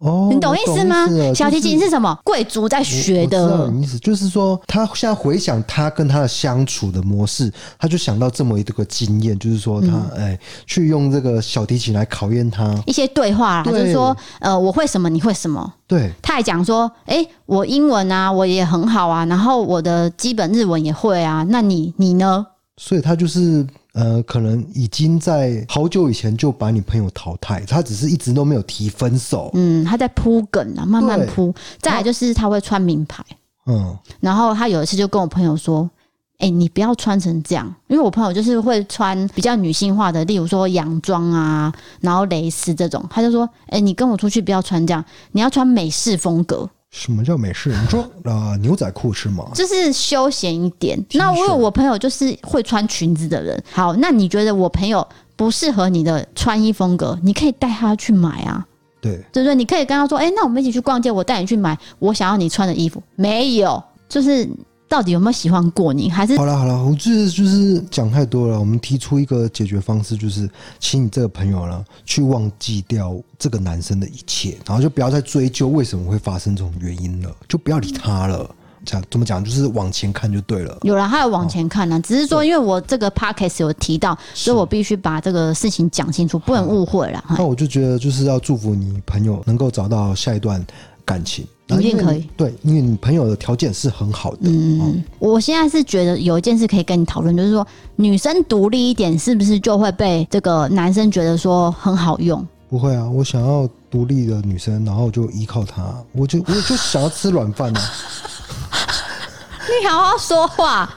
S1: 哦，
S2: 你懂
S1: 我
S2: 意思吗？
S1: 了
S2: 小提琴
S1: 就是
S2: 什么？贵族在
S1: 是
S2: 学
S1: 我知道
S2: 的。
S1: 你意思，就是说他现在回想他跟他的相处的模式，他就想到这么一个经验，就是说他
S2: 嗯
S1: 哎、去用这个小提琴来考验他，
S2: 一些对话啦，就
S1: 对
S2: 是说，呃，我会什么，你会什么。
S1: 对，
S2: 他还讲说，哎、我英文啊，我也很好啊，然后我的基本日文也会啊。那你你呢？
S1: 所以他就是呃，可能已经在好久以前就把你朋友淘汰，他只是一直都没有提分手。
S2: 嗯，他在铺梗啊，慢慢
S1: 对
S2: 铺。再来就是他会穿名牌，
S1: 嗯，
S2: 然后他有一次就跟我朋友说：“哎、你不要穿成这样，因为我朋友就是会穿比较女性化的，例如说洋装啊，然后蕾丝这种。”他就说：“哎、你跟我出去不要穿这样，你要穿美式风格。”
S1: 什么叫美式泳装啊、牛仔裤是吗？
S2: 就是休闲一点。
S1: T 恤
S2: 那我有我朋友就是会穿裙子的人。好，那你觉得我朋友不适合你的穿衣风格，你可以带他去买啊，
S1: 对，
S2: 对不对？你可以跟他说，哎、那我们一起去逛街，我带你去买我想要你穿的衣服。没有，就是到底有没有喜欢过你，还是
S1: 好了好了，我就是就是讲太多了。我们提出一个解决方式，就是请你这个朋友呢去忘记掉这个男生的一切，然后就不要再追究为什么会发生这种原因了，就不要理他了。讲怎么讲，就是往前看就对了。
S2: 有了，还有往前看呢、只是说，因为我这个 podcast 有提到，所以我必须把这个事情讲清楚，不能误会啦。
S1: 那我就觉得就是要祝福你朋友能够找到下一段感情，
S2: 一
S1: 然
S2: 定
S1: 后因为
S2: 可以嗯
S1: 你。对，因为你朋友的条件是很好的，哦
S2: 我现在是觉得有一件事可以跟你讨论，就是说女生独立一点，是不是就会被这个男生觉得说很好用？
S1: 不会啊，我想要独立的女生，然后就依靠她，我就我就想要吃软饭啊。
S2: 你好好说话。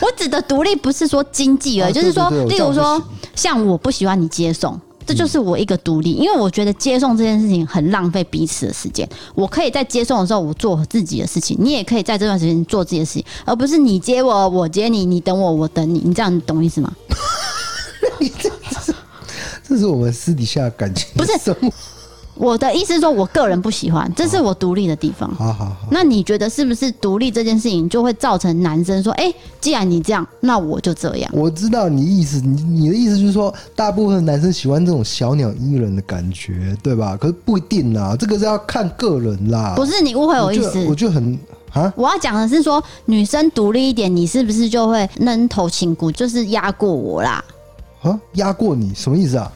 S2: 我指的独立不是说经济而已，
S1: 啊
S2: 就是说，
S1: 对对对
S2: 例
S1: 我
S2: 如
S1: 知道
S2: 说，像我不喜欢你接送。这就是我一个独立，因为我觉得接送这件事情很浪费彼此的时间。我可以在接送的时候我做我自己的事情，你也可以在这段时间做自己的事情，而不是你接我，我接你，你等我，我等你。你这样你懂意思吗？
S1: 这是我们私底下感情
S2: 不
S1: 的
S2: 是
S1: 生活。
S2: 我的意思是说，我个人不喜欢，这是我独立的地方。
S1: 好好好，
S2: 那你觉得是不是独立这件事情就会造成男生说，哎、既然你这样，那我就这样？
S1: 我知道你意思，你你的意思就是说，大部分男生喜欢这种小鸟依人的感觉，对吧？可是不一定啦，这个是要看个人啦。
S2: 不是你误会我
S1: 我
S2: 意
S1: 就
S2: 思
S1: 我，就很啊，
S2: 我要讲的是说，女生独立一点，你是不是就会扔头轻骨，就是压过我啦？
S1: 啊，压过你什么意思啊？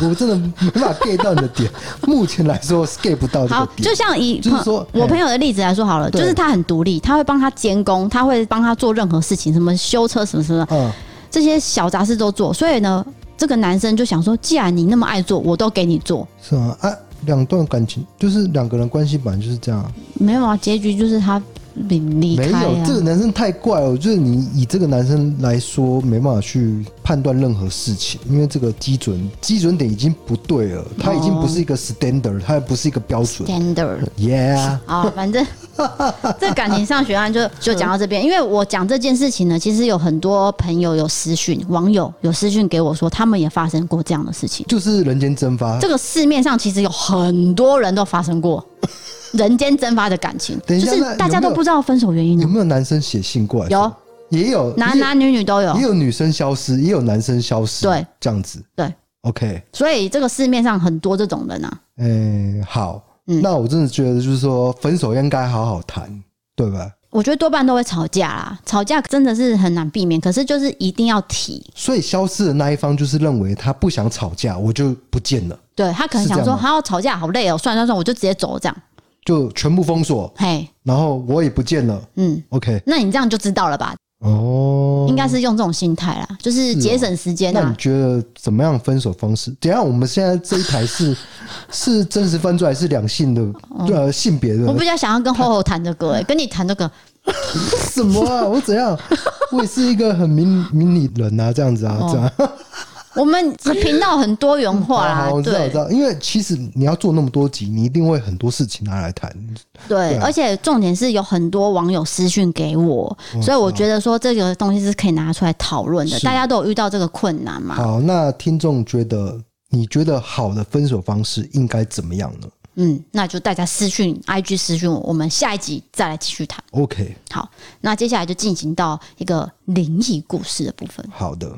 S1: 我我真的 没办法 get 到你的点，目前来说 get 不哦到这
S2: 好
S1: 个，
S2: 就
S1: 点。
S2: 像以
S1: 就是说
S2: 我
S1: 嘿
S2: 朋友的例子来说好了，就
S1: 对
S2: 是他很独立，他会帮他监工，他会帮他做任何事情，什么修车什么什么的
S1: 嗯，
S2: 这些小杂事都做。所以呢，这个男生就想说，既然你那么爱做，我都给你做。
S1: 是啊，啊，两段感情就是两个人关系本来就是这样啊。
S2: 没有啊，结局就是他离离
S1: 没
S2: 开啊。
S1: 有，这个男生太怪了。就是你以这个男生来说，没办法去判断任何事情，因为这个基准基准点已经不对了，他已经不是一个 standard，他也不是一个标准。
S2: 嗯 standard。
S1: Yeah，
S2: 啊、反正这感情上学案就就讲到这边，因为我讲这件事情呢，其实有很多朋友有私讯，网友有私讯给我说，他们也发生过这样的事情。
S1: 就是人间蒸发
S2: 这。个市面上其实有很多人都发 生过人间蒸发的感情，
S1: 等一
S2: 就
S1: 下
S2: 是
S1: 那
S2: 大
S1: 有
S2: 家
S1: 没
S2: 都
S1: 有
S2: 不知道分手原因
S1: 有
S2: 呢。
S1: 没有男生写信过来？
S2: 有，
S1: 也有
S2: 男
S1: 也
S2: 男女女都有
S1: 也，有女生消失，也有男生消失。
S2: 对，
S1: 这样子。
S2: 对
S1: ，OK，
S2: 所以这个市面上很多这种人啊。
S1: 哎、好，
S2: 嗯
S1: 那我真的觉得就是说，分手应该好好谈，对吧？
S2: 我觉得多半都会吵架啦，吵架真的是很难避免，可是就是一定要提，
S1: 所以消失的那一方就是认为他不想吵架，我就不见了。
S2: 对他可能
S1: 是这
S2: 想
S1: 样
S2: 说，
S1: 吗
S2: 他要吵架好累哦，算了算了，我就直接走这样。
S1: 就全部封锁，
S2: 嘿，
S1: 然后我也不见了。
S2: 嗯，
S1: OK，
S2: 那你这样就知道了吧？
S1: 哦，嗯
S2: 应该是用这种心态啦，就是节省时间
S1: 那你
S2: 啊。
S1: 觉得怎么样分手方式？等一下我们现在这一台是 是真实翻出来是两性的，呃，性别
S2: 嗯我
S1: 的
S2: 比较想要跟厚厚谈这个、欸，跟你谈这个，
S1: 什么啊？我怎样？我也是一个很明明理人啊，这样子啊，
S2: 哦
S1: 这样。
S2: 我们频道很多元化
S1: 好
S2: 啦
S1: 好，我，知道，我
S2: 啊对
S1: 知道。因为其实你要做那么多集，你一定会很多事情拿来谈。
S2: 对，
S1: 啊
S2: 而且重点是有很多网友私讯给我，所以我觉得说这个东西是可以拿出来讨论的，
S1: 嗯是
S2: 大家都有遇到这个困难嘛。
S1: 好，那听众觉得你觉得好的分手方式应该怎么样呢
S2: 嗯，那就大家私讯 IG 私讯我，我们下一集再来继续谈。
S1: ？OK，
S2: 好，那接下来就进行到一个灵异故事的部分。
S1: 好的，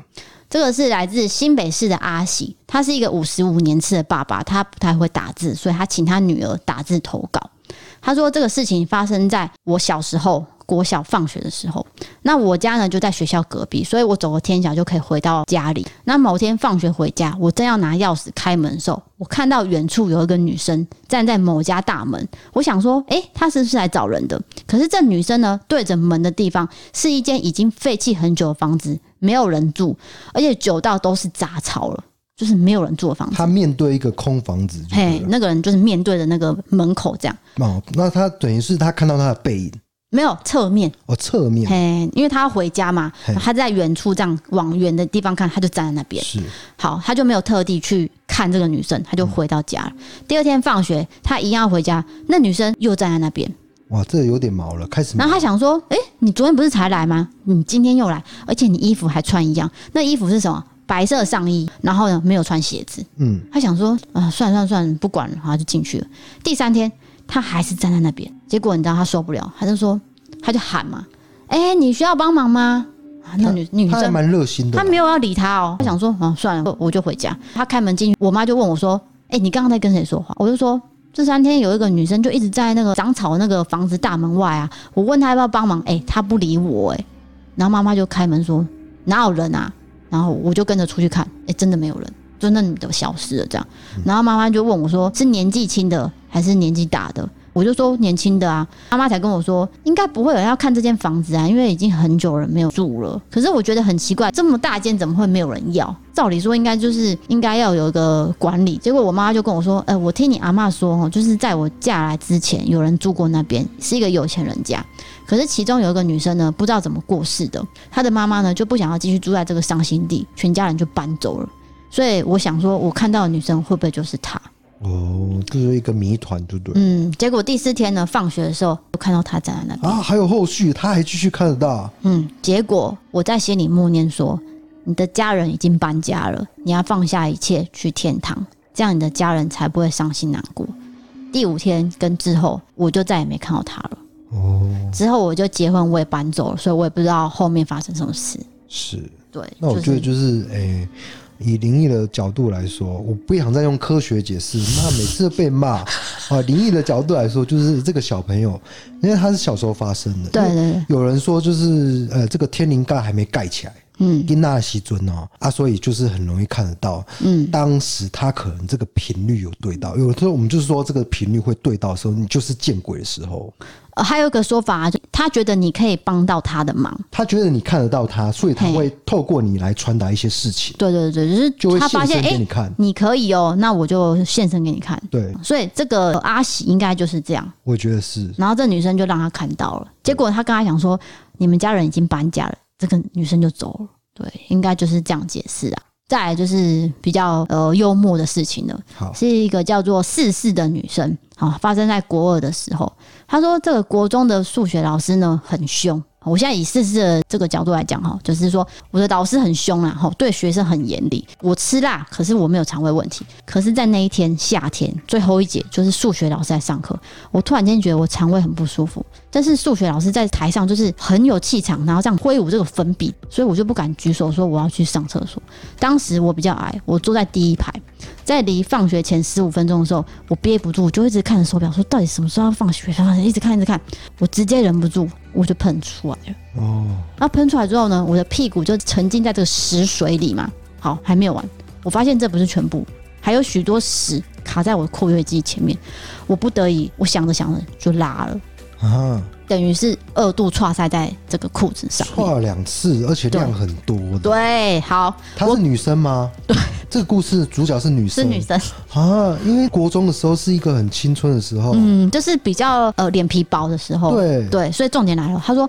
S2: 这个是来自新北市的阿喜，他是一个五十五年次的爸爸，他不太会打字，所以他请他女儿打字投稿。他说这个事情发生在我小时候国小放学的时候，那我家呢就在学校隔壁，所以我走个天桥就可以回到家里。那某天放学回家，我正要拿钥匙开门的时候，我看到远处有一个女生站在某家大门，我想说，诶、她是不是来找人的？可是这女生呢，对着门的地方是一间已经废弃很久的房子，没有人住，而且久到都是杂草了，就是没有人住的房子。
S1: 他面对一个空房子就对
S2: 嘿
S1: 了，。
S2: 那个人就是面对着那个门口这样。
S1: 哦，那他等于是他看到他的背影，
S2: 没有侧面，
S1: 哦，侧面
S2: 嘿，因为他要回家嘛
S1: 嘿，
S2: 他在远处这样往远的地方看，他就站在那边。
S1: 是
S2: 好，他就没有特地去看这个女生，他就回到家了。
S1: 嗯
S2: 第二天放学，他一样要回家，那女生又站在那边。
S1: 哇，这有点毛了，开始毛
S2: 然后他想说：“诶，你昨天不是才来吗？你今天又来，而且你衣服还穿一样。那衣服是什么？白色上衣，然后呢没有穿鞋子。
S1: 嗯，
S2: 他想说：啊、算了算了算了，不管了，然后他就进去了。第三天，他还是站在那边。结果你知道他受不了，他就说，他就喊嘛：诶，你需要帮忙吗？啊，那女女
S1: 他还
S2: 生
S1: 蛮热心的
S2: 他
S1: 啦，
S2: 没有要理他哦，他想说，哦，算了，我就回家。他开门进去，我妈就问我说：“哎、你刚刚在跟谁说话？”我就说：“这三天有一个女生就一直在那个长草那个房子大门外啊，我问她要不要帮忙，哎、她不理我、哎。”然后妈妈就开门说：“哪有人啊？”然后我就跟着出去看，哎、真的没有人，就那女的消失了这样。然后妈妈就问我说：“是年纪轻的还是年纪大的？”我就说年轻的啊，妈妈才跟我说，应该不会有人要看这间房子啊，因为已经很久人没有住了。可是我觉得很奇怪，这么大间怎么会没有人要？照理说应该就是应该要有一个管理。结果我妈就跟我说，呃，我听你阿嬷说哦，就是在我嫁来之前，有人住过那边，是一个有钱人家。可是其中有一个女生呢，不知道怎么过世的，她的妈妈呢就不想要继续住在这个伤心地，全家人就搬走了。所以我想说，我看到的女生会不会就是她？
S1: 哦，这是一个谜团，对不对？
S2: 嗯，结果第四天呢，放学的时候我看到她站在那边。
S1: 啊，还有后续，他还继续看得到，
S2: 嗯，结果我在心里默念说：“你的家人已经搬家了，你要放下一切去天堂，这样你的家人才不会伤心难过。”第五天跟之后，我就再也没看到他了。
S1: 哦，
S2: 之后我就结婚，我也搬走了，所以我也不知道后面发生什么事。
S1: 是。
S2: 对，
S1: 那我觉
S2: 就
S1: 得
S2: 是
S1: 就是，诶、以灵异的角度来说，我不想再用科学解释。那每次被 骂啊，灵异的角度来说，就是这个小朋友，因为他是小时候发生的。
S2: 对对对，
S1: 有人说就是，呃，这个天灵盖还没盖起来，
S2: 嗯
S1: 因那西尊哦啊，所以就是很容易看得到。
S2: 嗯，
S1: 当时他可能这个频率有对到，有的时候我们就是说这个频率会对到的时候，你就是见鬼的时候。
S2: 呃还有一个说法，就他觉得你可以帮到他的忙。
S1: 他觉得你看得到他，所以他
S2: 嘿
S1: 会透过你来传达一些事情，
S2: 对对对，
S1: 就
S2: 就是
S1: 会
S2: 他发
S1: 现身
S2: 现哎、
S1: 给
S2: 诶
S1: 你看。
S2: 你可以哦，那我就现身给你看。
S1: 对，
S2: 所以这个阿喜应该就是这样。
S1: 我觉得是。
S2: 然后这女生就让他看到了，结果他跟他讲说：“你们家人已经搬家了。”这个女生就走了。对，应该就是这样解释啊。再来就是比较呃幽默的事情了，
S1: 好，
S2: 是一个叫做四四的女生啊，发生在国二的时候。她说这个国中的数学老师呢很凶。我现在以四四的这个角度来讲哈，就是说我的老师很凶啦，哈，对学生很严厉。我吃辣，可是我没有肠胃问题。可是，在那一天夏天最后一节就是数学老师在上课，我突然间觉得我肠胃很不舒服。但是数学老师在台上就是很有气场，然后这样挥舞这个粉笔，所以我就不敢举手说我要去上厕所。当时我比较矮，我坐在第一排，在离放学前十五分钟的时候，我憋不住，就一直看着手表，说到底什么时候要放学？然后一直看，一直看，我直接忍不住，我就喷出来了。
S1: 哦，
S2: 然后喷出来之后呢，我的屁股就沉浸在这个屎水里嘛。好，还没有完，我发现这不是全部，还有许多屎卡在我的括约肌前面。我不得已，我想着想着就拉了，
S1: 啊，
S2: 等于是二度岔塞在这个裤子上面。
S1: 错两次，而且量很多的。，
S2: 对，好，
S1: 她是女生吗？对，这个故事主角是女
S2: 是
S1: 生。
S2: 女生，
S1: 啊，因为国中的时候是一个很青春的时候。
S2: 嗯，就是比较呃脸皮薄的时候，
S1: 对
S2: 对，所以重点来了，他说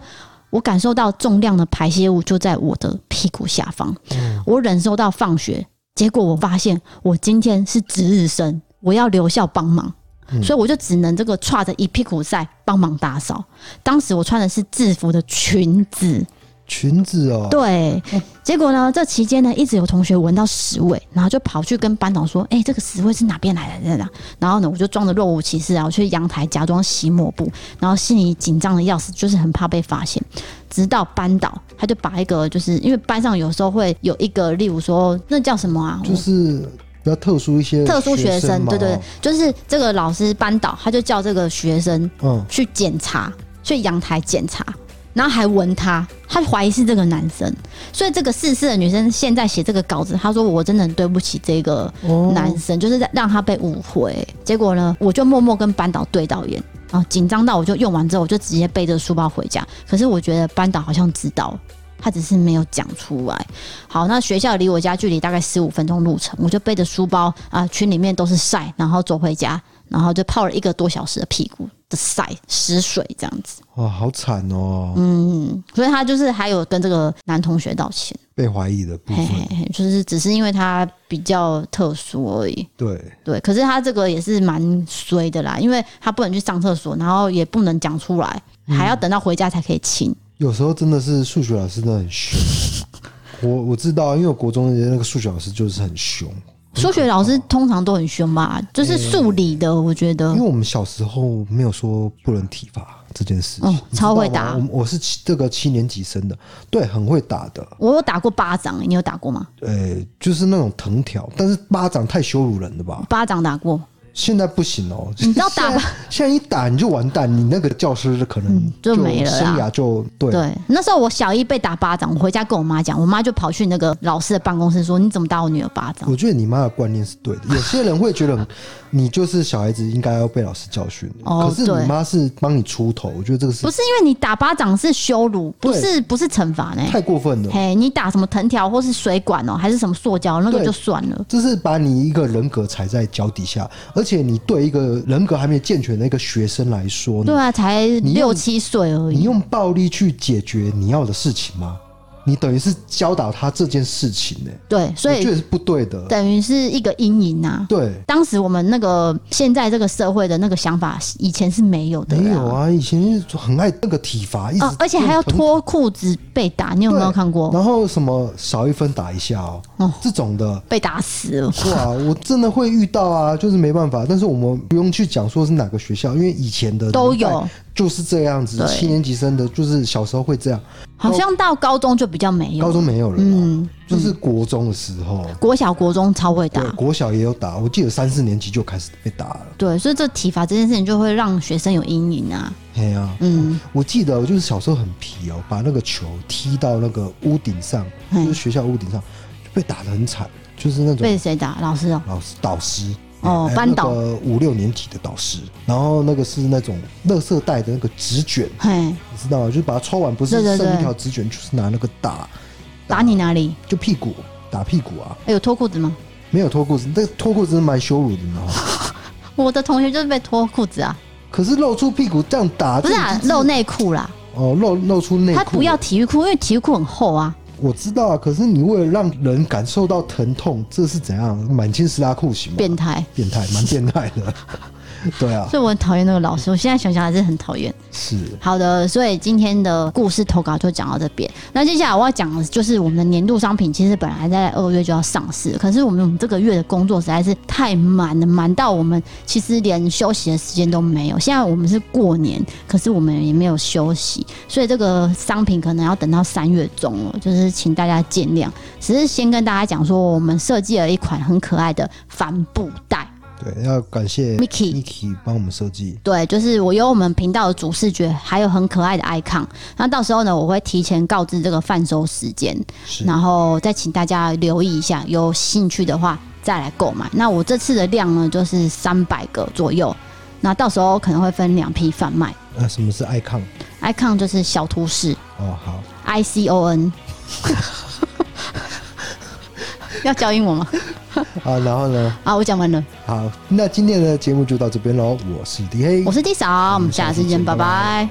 S2: 我感受到重量的排泄物就在我的屁股下方，
S1: 嗯
S2: 我忍受到放学，结果我发现我今天是值日生，我要留校帮忙。
S1: 嗯
S2: 所以我就只能这个歘着一屁股塞帮忙打扫。当时我穿的是制服的裙子，
S1: 裙子哦，
S2: 对，结果呢，这期间呢，一直有同学闻到屎味，然后就跑去跟班长说：“哎、这个屎味是哪边来的？在哪？”然后呢，我就装着若无其事啊，我去阳台假装洗抹布，然后心里紧张的要死，就是很怕被发现。直到班导，他就把一个就是因为班上有时候会有一个，例如说那叫什么啊？我
S1: 就是比较特殊一些
S2: 特殊学生，
S1: 嘛哦
S2: 对对对，，就是这个老师班导，他就叫这个学生
S1: 嗯，
S2: 去检查，去阳台检查，然后还闻他，他怀疑是这个男生，所以这个逝世的女生现在写这个稿子，她说我真的很对不起这个
S1: 哦
S2: 男生，就是在让他被误会。结果呢，我就默默跟班导对到眼，然后紧张到我就用完之后，我就直接背着书包回家。可是我觉得班导好像知道。他只是没有讲出来。好，那学校离我家距离大概十五分钟路程，我就背着书包啊、群里面都是晒，然后走回家，然后就泡了一个多小时的屁股的晒湿水这样子。
S1: 哇，好惨哦！
S2: 嗯，所以他就是还有跟这个男同学道歉，
S1: 被怀疑的部
S2: 嘿
S1: 分，
S2: 嘿嘿，就是只是因为他比较特殊而已。
S1: 对，
S2: 对，可是他这个也是蛮衰的啦，因为他不能去上厕所，然后也不能讲出来，还要等到回家才可以亲。
S1: 有时候真的是数学老师真的很 凶。我我知道，因为我国中的那个数学老师就是很凶，
S2: 数学老师通常都很凶吧，就是数理的，我觉得
S1: 因为我们小时候没有说不能体罚这件事情，
S2: 哦
S1: 你知道
S2: 超会
S1: 吗
S2: 打
S1: 我我是七这个七年级生的，对，很会打的，
S2: 我有打过巴掌，你有打过吗？
S1: 呃，就是那种藤条，但是巴掌太羞辱人了吧？
S2: 巴掌打过，
S1: 现在不行哦，
S2: 你知道打
S1: 现在现在一打你就完蛋，你那个教师可能
S2: 就没了啦
S1: 生涯就对
S2: 对，那时候我小一被打巴掌，我回家跟我妈讲，我妈就跑去那个老师的办公室说：“你怎么打我女儿巴掌
S1: 我觉得你妈的观念是对的，有些人会觉得很你就是小孩子应该要被老师教训，
S2: 哦
S1: 可是
S2: 对
S1: 你妈是帮你出头，我觉得这个？”是
S2: 不是因为你打巴掌是羞辱，不
S1: 对
S2: 是不是惩罚呢。
S1: 太过分了，
S2: 嘿，你打什么藤条或是水管哦、还是什么塑胶，那个
S1: 对
S2: 就算了。
S1: 这是把你一个人格踩在脚底下，而且你对一个人格还没有健全的一个学生来说
S2: 对
S1: 呢，
S2: 啊，才六七岁而
S1: 你
S2: 已。
S1: 用暴力去解决你要的事情吗？你等于是教导他这件事情呢、
S2: 对，所
S1: 我觉
S2: 以
S1: 得是不对的。
S2: 等于是一个阴影呐、
S1: 对，
S2: 当时我们那个现在这个社会的那个想法，以前是没有的
S1: 没
S2: 呀。
S1: 有啊，以前很爱那个体罚，一直、
S2: 哦，而且还要脱裤子被打，你有没有看过？
S1: 然后什么少一分打一下哦，
S2: 哦
S1: 这种的。
S2: 被打死了。
S1: 对啊，我真的会遇到啊，就是没办法。但是我们不用去讲说是哪个学校，因为以前的
S2: 都有
S1: 年代就是这样子，
S2: 对
S1: 七年级生的，就是小时候会这样，
S2: 好像到高中就比较没有
S1: 高
S2: 了。
S1: 中没有了啦，
S2: 嗯
S1: 就是国中的时候，
S2: 国小、国中超会打
S1: 对，，国小也有打，我记得三四年级就开始被打了。
S2: 对，所以这体罚这件事情就会让学生有阴影啊。
S1: 嘿啊，
S2: 嗯，
S1: 我记得我就是小时候很皮哦，把那个球踢到那个屋顶上，
S2: 嘿
S1: 就是学校屋顶上，就被打得很惨，就是那种
S2: 被谁打？老师哦、
S1: 老师导师
S2: 哦
S1: 哎
S2: 班导
S1: 那个五六年级的导师，然后那个是那种垃圾袋的那个纸卷，
S2: 嘿，
S1: 你知道吗？就是把它抽完，不是
S2: 对对对
S1: 剩一条纸卷，就是拿那个打，
S2: 打你哪里？
S1: 就屁股打屁股啊，
S2: 哎有脱裤子吗？
S1: 没有脱裤子，那脱裤子是蛮羞辱的，你知道吗？
S2: 我的同学就是被脱裤子啊，
S1: 可是露出屁股这样打，
S2: 不是啊
S1: 这，
S2: 露内裤啦。
S1: 哦，露露出内裤，
S2: 他不要，体育裤，因为体育裤很厚啊。
S1: 我知道啊。可是你为了让人感受到疼痛，这是怎样？满清十大酷刑吗？
S2: 变态，
S1: 变态，蛮变态的。 对啊，
S2: 所以我很讨厌那个老师。我现在想想还是很讨厌。
S1: 是
S2: 好的，所以今天的故事投稿就讲到这边。那接下来我要讲的就是我们的年度商品，其实本来在二月就要上市，可是我们我们这个月的工作实在是太满了，满到我们其实连休息的时间都没有。现在我们是过年，可是我们也没有休息，所以这个商品可能要等到三月中了，就是请大家见谅。只是先跟大家讲说，我们设计了一款很可爱的帆布袋。
S1: 对，要感谢
S2: Mickey
S1: Mickey 帮我们设计。
S2: 对，就是我有我们频道的主视觉，还有很可爱的 icon。那到时候呢，我会提前告知这个贩售时间，
S1: 是
S2: 然后再请大家留意一下，有兴趣的话再来购买。那我这次的量呢，就是三百个左右。那到时候可能会分两批贩卖
S1: 那啊什么是 icon？
S2: ，icon 就是小图示
S1: 哦， 好，
S2: ，I C O N。要教英文吗？
S1: 啊，然后呢？
S2: 啊，我讲完了。
S1: 好，那今天的节目就到这边喽。我是 D A，
S2: 我是 D 嗯嫂，我们下次见，拜拜